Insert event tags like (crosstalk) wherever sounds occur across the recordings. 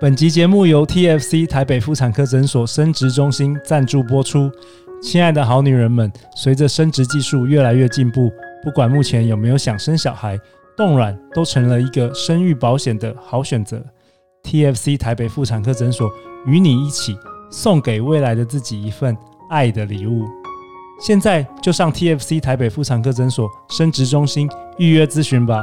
本集节目由 TFC 台北妇产科诊所生殖中心赞助播出。亲爱的好女人们，随着生殖技术越来越进步，不管目前有没有想生小孩，冻卵都成了一个生育保险的好选择。TFC 台北妇产科诊所与你一起送给未来的自己一份爱的礼物。现在就上 TFC 台北妇产科诊所生殖中心预约咨询吧。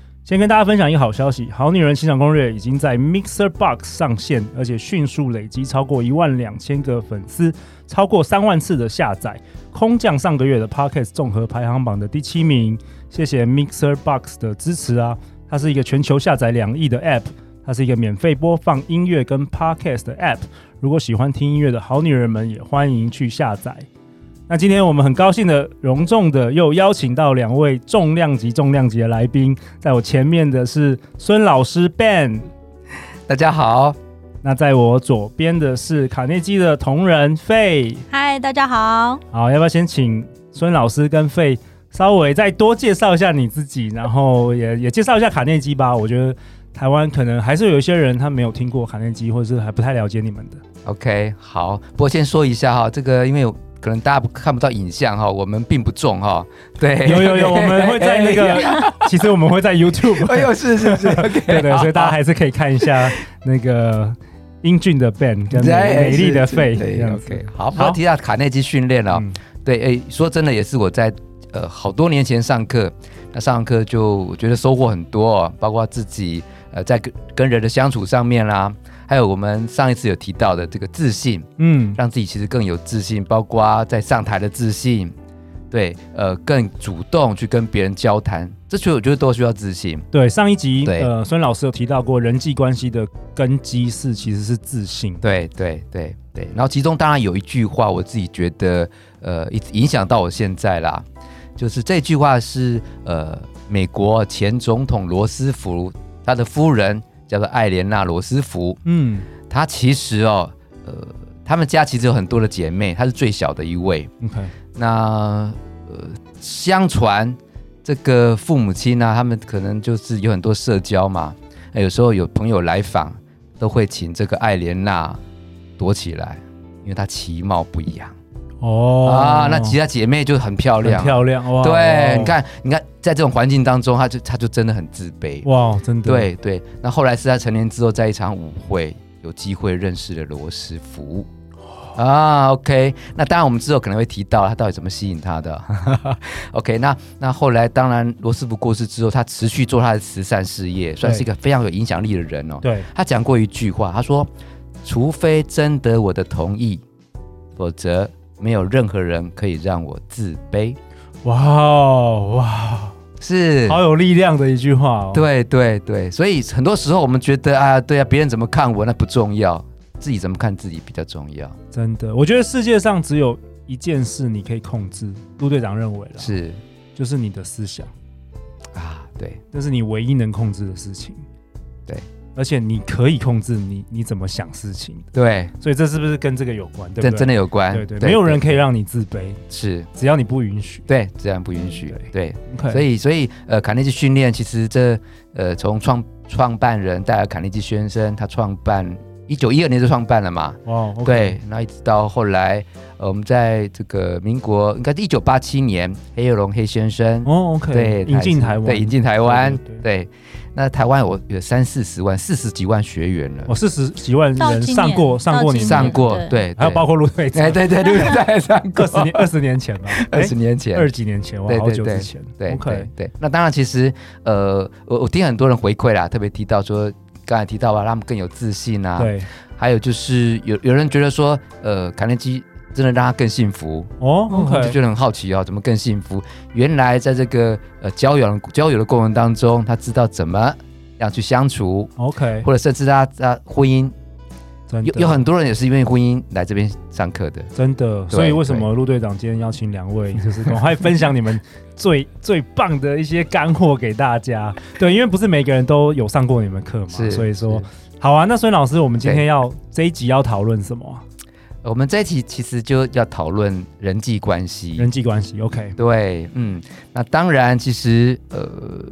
先跟大家分享一个好消息，《好女人情场攻略》已经在 Mixer Box 上线，而且迅速累积超过一万两千个粉丝，超过三万次的下载，空降上个月的 Podcast 综合排行榜的第七名。谢谢 Mixer Box 的支持啊！它是一个全球下载两亿的 App，它是一个免费播放音乐跟 Podcast 的 App。如果喜欢听音乐的好女人们，也欢迎去下载。那今天我们很高兴的、隆重的又邀请到两位重量级、重量级的来宾。在我前面的是孙老师 Ben，大家好，那在我左边的是卡内基的同仁费。嗨，大家好。好，要不要先请孙老师跟费稍微再多介绍一下你自己，然后也也介绍一下卡内基吧？我觉得台湾可能还是有一些人他没有听过卡内基，或者是还不太了解你们的。 (laughs) OK，好，不过先说一下哈，这个因为可能大家不看不到影像哈，我们并不重哈，对，有有有，我们会 (laughs) 在那个，其实我们会在 YouTube，哎呦，(laughs) 是是是，OK，对对，所以大家还还是可以看一下那个英俊的 Ben (laughs) 跟美哎美丽的费这样子。嗯 OK，好，好我提到卡内基训练了、嗯对，哎、说真的，也是我在呃好多年前上课，那上课就我觉得收获很多、哦，包括自己呃在跟跟人的相处上面啦，还有我们上一次有提到的这个自信，嗯，让自己其实更有自信，包括在上台的自信，对，呃，更主动去跟别人交谈，这些我觉得都需要自信。对，上一集对呃，孙老师有提到过，人际关系的根基是其实是自信。对对对对，然后其中当然有一句话，我自己觉得呃影影响到我现在啦，就是这句话是呃美国前总统罗斯福他的夫人叫做艾莲娜罗斯福，嗯她其实哦呃他们家其实有很多的姐妹，她是最小的一位， ，OK，那呃，相传这个父母亲呢、他们可能就是有很多社交嘛，哎那有时候有朋友来访，都会请这个艾莲娜躲起来，因为她其貌不扬、哦啊。那其他姐妹就很漂很亮，啊漂亮哇！对，你，看，你看，在这种环境当中，她就她就真的很自卑。哇，真的，对对，那后来是她成年之后，在一场舞会有机会认识了罗斯福。啊，OK，那当然我们之后可能会提到他到底怎么吸引他的。OK，那那后来当然罗斯福过世之后，他持续做他的慈善事业，算是一个非常有影响力的人哦。对，他讲过一句话，他说：“除非征得我的同意，否则没有任何人可以让我自卑。哇哦哇，”是，好有力量的一句话哦。对对对，所以很多时候我们觉得啊，对啊，别人怎么看我那不重要，自己怎么看自己比较重要。真的，我觉得世界上只有一件事你可以控制，陆队长认为了，是就是你的思想，啊，对那是你唯一能控制的事情。对，而且你可以控制你你怎么想事情，对，所以这是不是跟这个有关？对这不对？真的有关。对对，没有人可以让你自卑，是，只要你不允许。对，这样不允许。对， OK 所以所以呃，卡内基训练其实这呃，从创创办人戴尔卡内基先生，他创办一九一二年就创办了嘛。哇，OK，对，那一直到后来，呃，我们在这个民国应该是一九八七年，黑夜龙黑先生，哦，OK，对，引进台他也湾，是对，引进台湾，对对对。那台湾我有三四十万、四十几万学员了哦，，四十几万到人今上年过上到过你今们年上过，对对，还有对包括陆队长哎，，对对对，在上过二十 (laughs) 年二十年前吧，哎二十年前二十几年前，哇，对好对久之对前，对 OK，对对，那当然，其实呃，我我听很多人回馈啦，特别提到说，刚才提到啊，他们更有自信啊，，对，还有就是有有人觉得说，呃，卡内基真的让他更幸福，哦我就，OK，觉得很好奇哦，怎么更幸福？原来在这个呃交友交友的过程当中，他知道怎么样去相处， OK，或者甚至他他婚姻真有的有很多人也是因为婚姻来这边上课的。真的，所以为什么陆队长今天邀请两位， (laughs) 就是赶快分享你们最最棒的一些干货给大家？对，因为不是每个人都有上过你们课嘛，是，所以说是，好啊。那孙老师，我们今天对要这一集要讨论什么啊、我们这一期其实就要讨论人际关系。人际关系，OK，对，嗯，那当然，其实呃，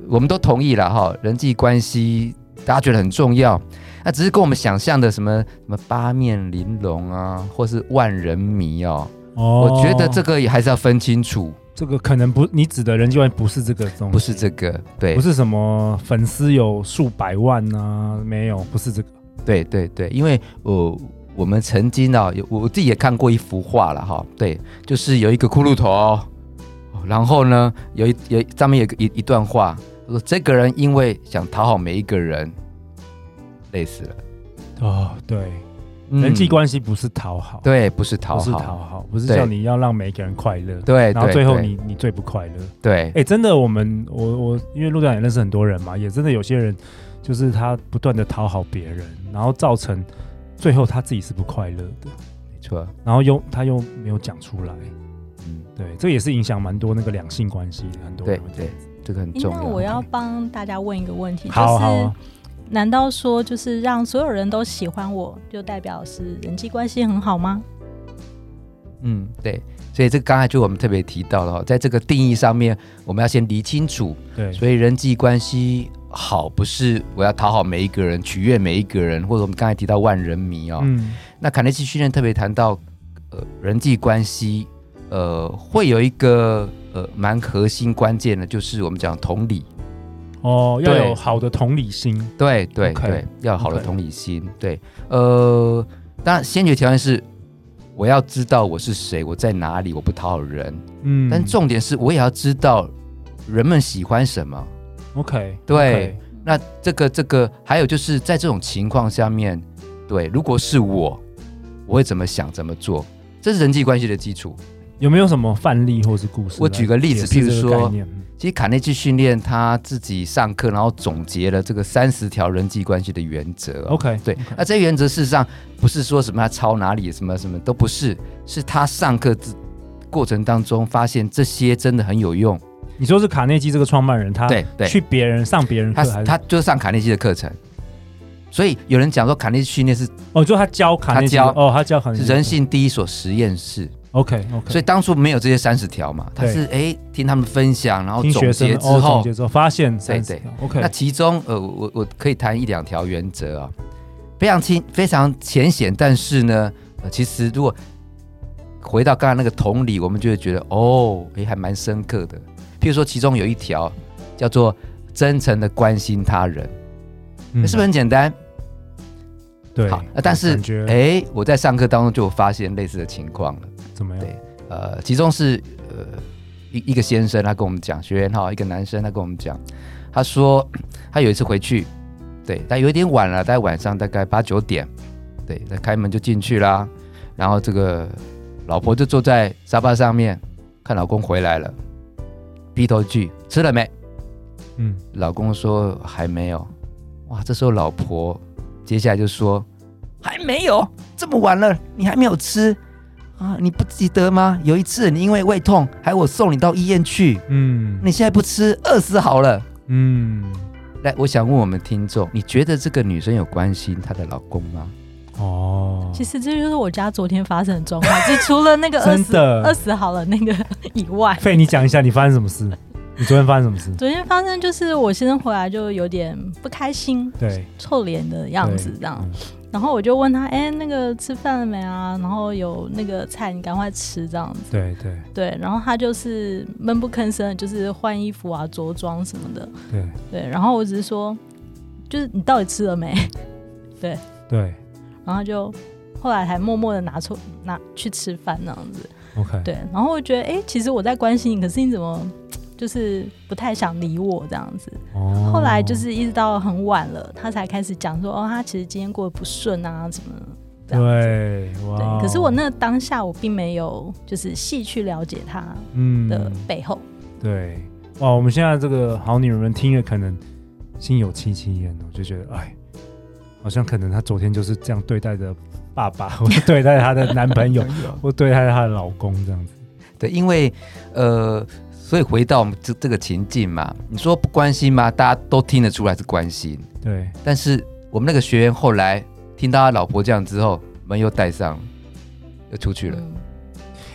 我们都同意了哈，人际关系大家觉得很重要，那只是跟我们想象的什么什么八面玲珑啊，或是万人迷哦，哦我觉得这个也还是要分清楚，这个可能不，你指的人际关系不是这个东西，不是这个，对不，是什么粉丝有数百万啊，没有，不是这个，对对对，因为我、呃我们曾经啊，有我自己也看过一幅画了哈，对，就是有一个骷髅头，哦然后呢，有一有上面有一个一一段话，他说这个人因为想讨好每一个人，累死了，哦，对，嗯人际关系不是讨好，对，不是讨不好，是讨好，不是对叫你要让每一个人快乐，对，然后对最后对你你最不快乐。对哎、真的，我们我我因为陆队长也认识很多人嘛，也真的有些人就是他不断的讨好别人，然后造成最后他自己是不快乐的，没错，然后又他又没有讲出来，嗯，对，这也是影响蛮多那个两性关系的，很多对人会这对样子，这个很诶重要。那我要帮大家问一个问题，就好好是啊，难道说就是让所有人都喜欢我，就代表是人际关系很好吗？嗯，对，所以这个刚才就我们特别提到了哈，在这个定义上面，我们要先理清楚，对，所以人际关系好不是我要讨好每一个人、取悦每一个人，或者我们刚才提到万人迷哦。嗯，那卡内基训练特别谈到，呃，人际关系，呃，会有一个呃蛮核心关键的，就是我们讲同理，哦，要对有好的同理心，对对 OK，对，要有好的 OK 同理心对，呃，当然先决条件是。我要知道我是谁，我在哪里，我不讨好人。嗯，但重点是，我也要知道人们喜欢什么， OK，对那这个这个，还有就是在这种情况下面，对，如果是我，我会怎么想怎么做？这是人际关系的基础。有没有什么范例或是故事来解释这个概念？我举个例子譬如说嗯其实卡内基训练他自己上课，然后总结了这个三十条人际关系的原则哦。嗯，OK，对，那这些原则事实上不是说什么他抄哪里什么什么都不是，是他上课之过程当中发现这些真的很有用。你说是卡内基这个创办人，他对对，去别人上别人课他还是他就上卡内基的课程，所以有人讲说卡内基训练是哦，就他教卡内基他教哦，他教卡内是基人性第一所实验室。 OK OK，所以当初没有这些三十条嘛，他对是哎听他们分享，然后听总学结生之的哦后总，结之后发现对三对十，OK，那其中呃我我可以谈一两条原则啊，非常清非常浅显，但是呢，呃其实如果回到刚才那个同理，我们就会觉得哦，哎还蛮深刻的。譬如说其中有一条叫做真诚的关心他人，嗯是不是很简单？对？好，呃但是感觉哎我在上课当中就有发现类似的情况了。怎么样对？呃，其中是呃一一个先生，他跟我们讲，学员哈，一个男生，他跟我们讲，他说他有一次回去，对，但有一点晚了，大概晚上大概八九点，对，他开门就进去啦，然后这个老婆就坐在沙发上面看老公回来了，劈头一句吃了没？嗯，老公说还没有，哇，这时候老婆接下来就说还没有，这么晚了你还没有吃啊？你不记得吗？有一次你因为胃痛，还我送你到医院去，嗯你现在不吃，饿死好了。嗯，来，我想问我们听众，你觉得这个女生有关心她的老公吗？哦，其实这就是我家昨天发生的 (laughs) 状况，就除了那个二真十二的，十好了那个以外，费你讲一下你发生什么事？你昨天发生什么 (laughs) 事？昨天发生就是我先生回来就有点不开心，对，臭脸的样子对这样。嗯然后我就问他，哎、那个吃饭了没啊？然后有那个菜，你赶快吃这样子。对对对，然后他就是闷不吭声，就是换衣服啊、着装什么的。对对，然后我只是说，就是你到底吃了没？ (laughs) 对然后就后来还默默的拿出拿去吃饭那样子。 ，OK，对，然后我觉得，哎、其实我在关心你，可是你怎么就是不太想理我这样子？哦后来就是一直到很晚了，他才开始讲说，哦，他其实今天过得不顺啊，什么这样子。对对哇，，哦可是我那个当下我并没有就是细去了解他嗯的背后，对，哇，哦我们现在这个好女人们听了可能心有戚戚焉，我就觉得，哎，好像可能她昨天就是这样对待的爸爸，或者对待她的男朋 (laughs) 友，或对待她的老公这样子。对，因为呃，所以回到我们这这个情境嘛，你说不关心吗？大家都听得出来是关心，对，但是我们那个学员后来听到他老婆这样之后，门又带上，又出去了。嗯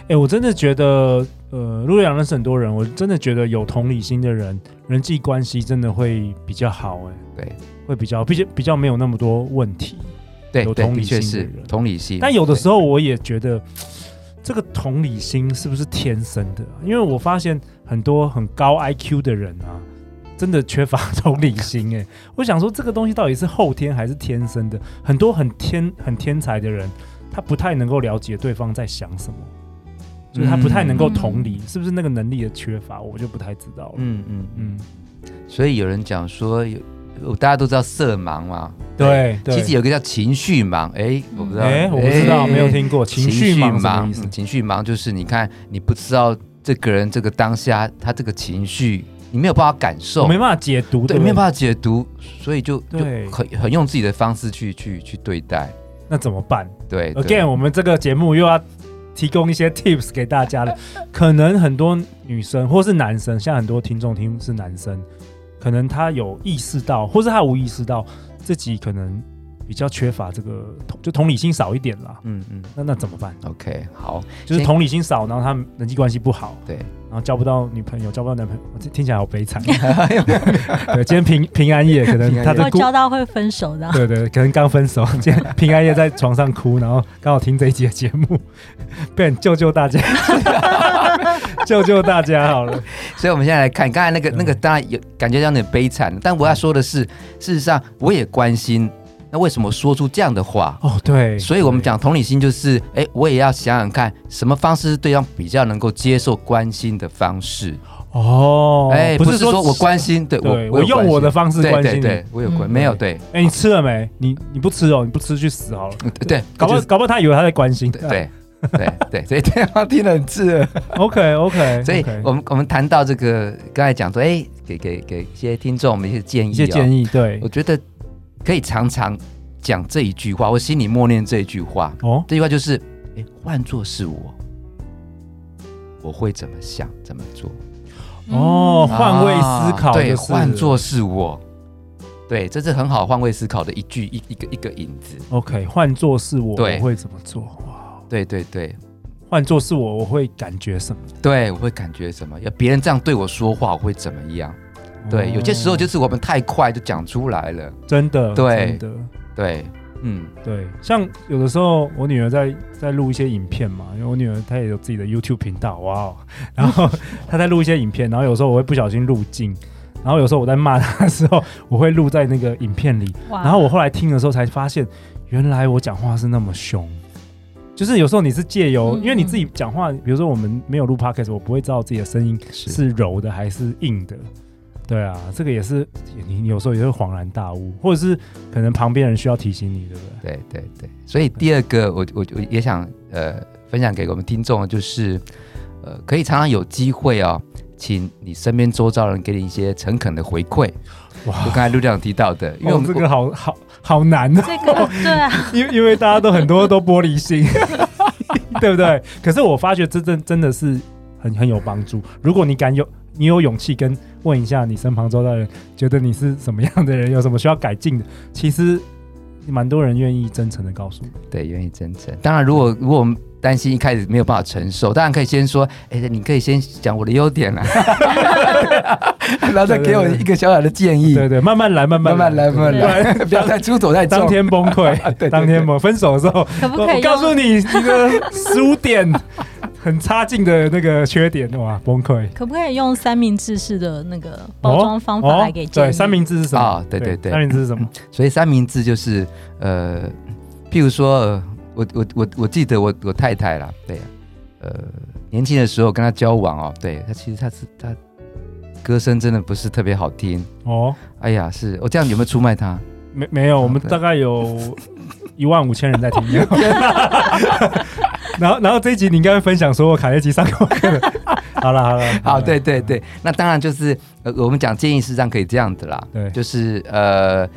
哎、我真的觉得，呃，陆阳认识很多人，我真的觉得有同理心的人，人际关系真的会比较好、哎，对会比较，比较比较没有那么多问题。对有对，同理的确心的是人同理心。但有的时候，候我也觉得，这个同理心是不是天生的啊、因为我发现很多很高 IQ 的人啊，真的缺乏同理心、欸。哎，我想说这个东西到底是后天还是天生的？很多很天很天才的人，他不太能够了解对方在想什么，就是他不太能够同理，是不是那个能力的缺乏？我就不太知道了。嗯嗯嗯嗯，所以有人讲说有。有大家都知道色盲嘛，对对，其实有一个叫情绪盲，哎，我不知道，哎、我不知道，哎没有听过情绪盲什么意思嗯？情绪盲就是你看，你不知道这个人这个当下他这个情绪，你没有办法感我受，没办法解读，对，没有法。办法解读，所以就就对很很用自己的方式去去去对待，那怎么办？对对 Again，我们这个节目又要提供一些 tips 给大家 (laughs) 了。可能很多女生或是男生，像很多听众听是男生，可能他有意识到，或是他无意识到自己可能比较缺乏这个同，就同理心少一点啦。嗯嗯那那怎么办？ ，OK，好， (laughs) 就是同理心少，然后他人际关系不好，对，然后交不到女朋友，交不到男朋友，我这听起来好悲惨。对，今天平平安夜，可能平安夜他的会故交到会分手 (laughs) 的啊，对对，可能刚分手，今天平安夜在床上哭，然后刚好听这一集的节目， (laughs) 不然救救大家， (laughs) 救救大家好了。所以我们现在来看刚才那个对那个，当然有感觉有点悲惨，但我要说的嗯是，事实上我也关心，那为什么说出这样的话？哦，对，所以我们讲同理心就是，哎，我也要想想看，什么方式是对方比较能够接受关心的方式。哦，哎，不不是说我，关心，对对我我用我的方方式关心对对你。对，我有关嗯没有对哎，你吃了没？你你不吃哦，你不吃去死好了。嗯对，搞不好就是搞不好他以为他在关心。对对。对 (laughs) 对，所以对方听得很刺耳。 ，OK OK，所以我们我们谈到这个，刚才讲说，哎，给给给一些听众我们一些建议、哦，一些建议，对我，觉得可以常常讲这一句话，或心里默念这一句话。哦，这句话就是：哎，换作是我，我会怎么想，怎么做？哦嗯换位思考啊对，就是换作是我，对，这是很好换位思考的一句一一个一个影子。 ，OK，换做是我，对我会怎么做？哇，对对对换做是我，我会感觉什么？对，我会感觉什么？要别人这样对我说话，我会怎么样？对，有些时候哦就是我们太快就讲出来了。真的，对真的。对，嗯，对，像有的时候我女儿在在录一些影片嘛，因为我女儿她也有自己的 YouTube 频道，哇、哦，然后她在录一些影片，然后有时候我会不小心录进，然后有时候我在骂她的时候，我会录在那个影片 (laughs) 里，哇然后我后来听的时候才发现，原来我讲话是那么凶。就是有时候你是借由，嗯因为你自己讲话，比如说我们没有录 podcast，我不会知道自己的声音是柔的还是硬的。对啊，这个也是你你有时候也会恍然大悟，或者是可能旁边人需要提醒你，对不对？对对对，所以第二个我我我也想呃分享给我们听众的就是，呃，可以常常有机会哦，请你身边周遭人给你一些诚恳的回馈。哇就刚才陆亮提到的，因为我哦，们、这个好好好难哦，这个对啊， (laughs) 因为因为大家都很多都玻璃心， (laughs) 对不对？可是我发觉这真真的是很很有帮助。如果你敢有你有勇气跟问一下你身旁周遭的人，觉得你是什么样的人，有什么需要改进的，其实蛮多人愿意真诚的告诉你。对愿意真诚。当然，如果如果我们担心一开始没有办法承受，当然可以先说，哎，你可以先讲我的优点啊， (laughs) 然后再给我一个小小的建议，对对，慢慢来，慢慢嗯慢慢来，慢慢来，不然 (laughs) 不要太出走太重当。天崩溃， (laughs) 对对当天崩分手的时候，可不我可以我告诉用？你你的十五点很差劲的那个缺点，哇，崩溃。可不可以用三明治式的那个包装方法来给哦建议？对，三明治是什么？啊对对对三明治是 (laughs) 什么？所以三明治就是呃，譬如说，呃、我我我我记得我我太太啦，对，呃，年轻的时候跟她交往哦，对她其实她是她歌声真的不是特别好听，哦，哎呀，是我、这样有没有出卖 (laughs) 她？没没有，我们对大概 (laughs) 有一万五千人在听。 (laughs) 然后，然后这一集你应该会分享所有卡列基上过课的。好了，好了，好，了啊对对对，那当然就是呃，我们讲建议事实上可以这样子啦，对就是呃，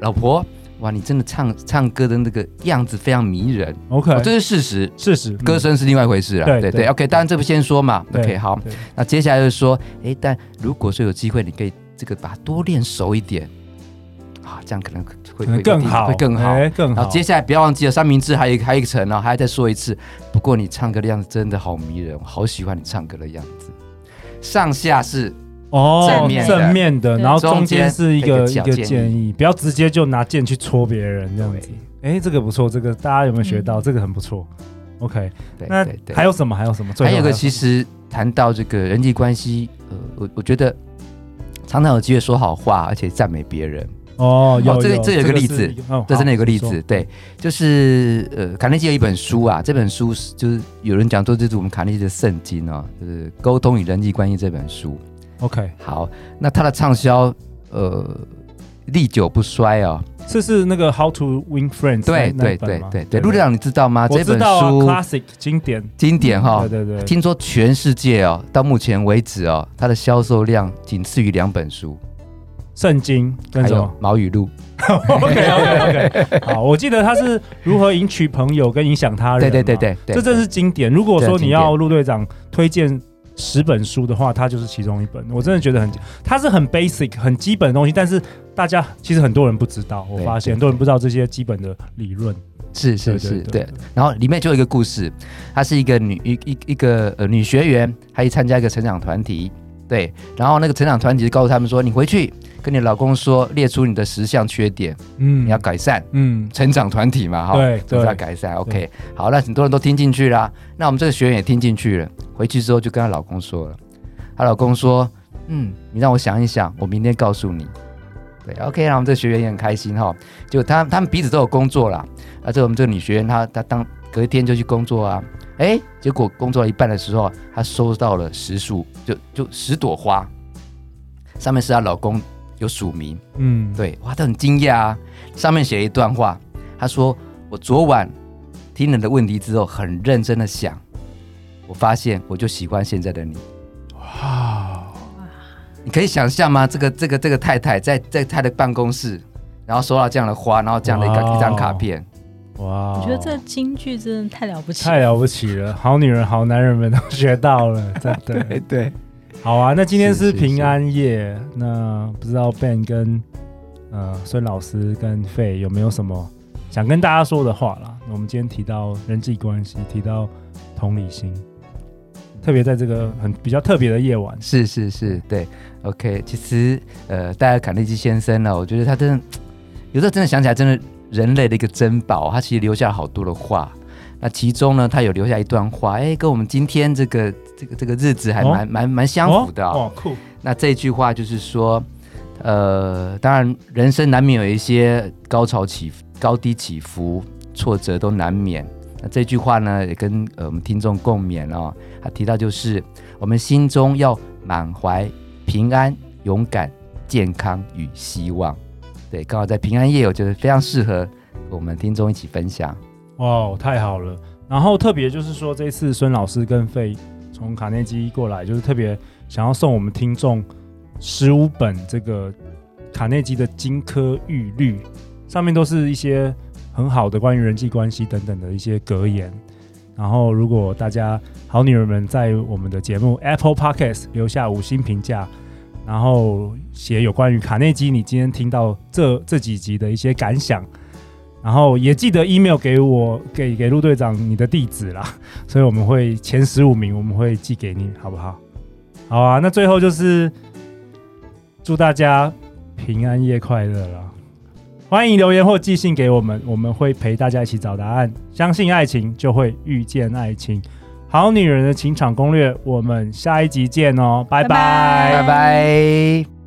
老婆，哇，你真的唱唱歌的那个样子非常迷人， OK，哦这是事实。事实嗯歌声是另外一回事啦，对对对对，OK，当然这不先说嘛对，OK，好，对那接下来就是说，诶，但如果说有机会，你可以这个把它多练熟一点，啊，这样可能会可能更好，会更好。哎更然好。后接下来不要忘记了，三明治还有一个还有一个层哦，还要再说一次。不过你唱歌的样子真的好迷人，我好喜欢你唱歌的样子。上下是哦，正面的正面的，对然后中中间间是一一个个一小个建建议，不要直接就拿剑去戳别人这样对子。哎，这个不错，这个大家有没有学嗯到？这个很不错。OK，对那对对，还有什么？还有什么？最后还有个，什么其实谈到这个人际关系，呃，我我觉得常常有机会说好话，而且赞美别人。哦，有哦这个有这有个个例是子一个，哦这真的有个例，好你子说，对，就是呃，卡内基有一本书啊，这本书是就是有人讲说这是我们卡内基的圣经哦，就是《沟通与人际关系》这本书。 OK，好，那它的畅销呃历久不衰哦，这是那个 How to Win Friends 对那那对一本对吗对对，陆队长你知道吗？我这知本道啊书，classic 经典，经典哈、对对对，听说全世界哦，到目前为止哦，它的销售量仅次于两本书，圣经跟还什有么 (laughs) 《毛语录》。 OK OK OK，好， (laughs) 我记得他是如何赢取朋友跟影响他人嘛。啊对对对对对，这真是经典。如果这说经你典要陆队长推荐十本书的话，它就是其中一本。我真的觉得很，它是很 basic 很基本的东西，但是大家其实很多人不知道，我对发现对很多人不知道这些基本的理论。是对是对是，对对。然后里面就有一个故事，她是一个女一一一个呃女学员，她去参加一个成长团体，对。然后那个成长团体就告诉他们说，你回去跟你老公说，列出你的十项缺点，嗯，你要改善。嗯，成长团体嘛，哈，对就是要对改善。OK，好，那很多人都听进去啦。那我们这个学员也听进去了，回去之后就跟她老公说了，她老公说，嗯，你让我想一想，我明天告诉你。对，OK，那我们这个学员也很开心哈。就他他们彼此都有工作啦，而且我们这个女学员她她当隔一天就去工作啊，哎，结果工作到一半的时候，她收到了十束，就就十朵花，上面是她老公有署名。嗯，对，哇，他很惊讶啊。上面写了一段话，他说：“我昨晚听了你的问题之后，很认真的想，我发现我就喜欢现在的你。”哇，你可以想象吗？这个这个这个太太在在她的办公室，然后收到这样的花，然后这样的一个哇哦一张卡片，哇，我觉得这京剧真的太了不起太了。了不起了，好女人、好男人们都学到了，真的。 (laughs) 对，好啊，那今天是是是平安夜，那不知道 Ben 跟呃孙老师跟费有没有什么想跟大家说的话啦？我们今天提到人际关系，提到同理心，特别在这个很比较特别的夜晚，是是是，对，OK。其实呃，戴尔卡内基先生呢、我觉得他真的有时候真的想起来，真的人类的一个珍宝，他其实留下了好多的话。那其中呢，他有留下一段话，哎，跟我们今天这个这个这个日子还蛮、蛮蛮相符的、哦。哦，酷，那这句话就是说，呃，当然人生难免有一些高潮起伏、高低起伏，挫折都难免。那这句话呢，也跟呃我们听众共勉哦。他提到就是我们心中要满怀平安、勇敢、健康与希望。对，刚好在平安夜，我觉得非常适合我们听众一起分享。哇哦，太好了。然后特别就是说，这次孙老师跟费从卡内基过来，就是特别想要送我们听众十五本这个卡内基的金科玉律，上面都是一些很好的关于人际关系等等的一些格言。然后，如果大家好女人们在我们的节目 Apple Podcast 留下五星评价，然后写有关于卡内基你今天听到这这几集的一些感想，然后也记得 email 给我，给给陆队长你的地址啦， (laughs) 所以我们会前十五名我们会寄给你，好不好？好啊，那最后就是祝大家平安夜快乐啦！欢迎留言或寄信给我们，我们会陪大家一起找答案。相信爱情，就会遇见爱情。好女人的情场攻略，我们下一集见哦，拜拜拜拜拜。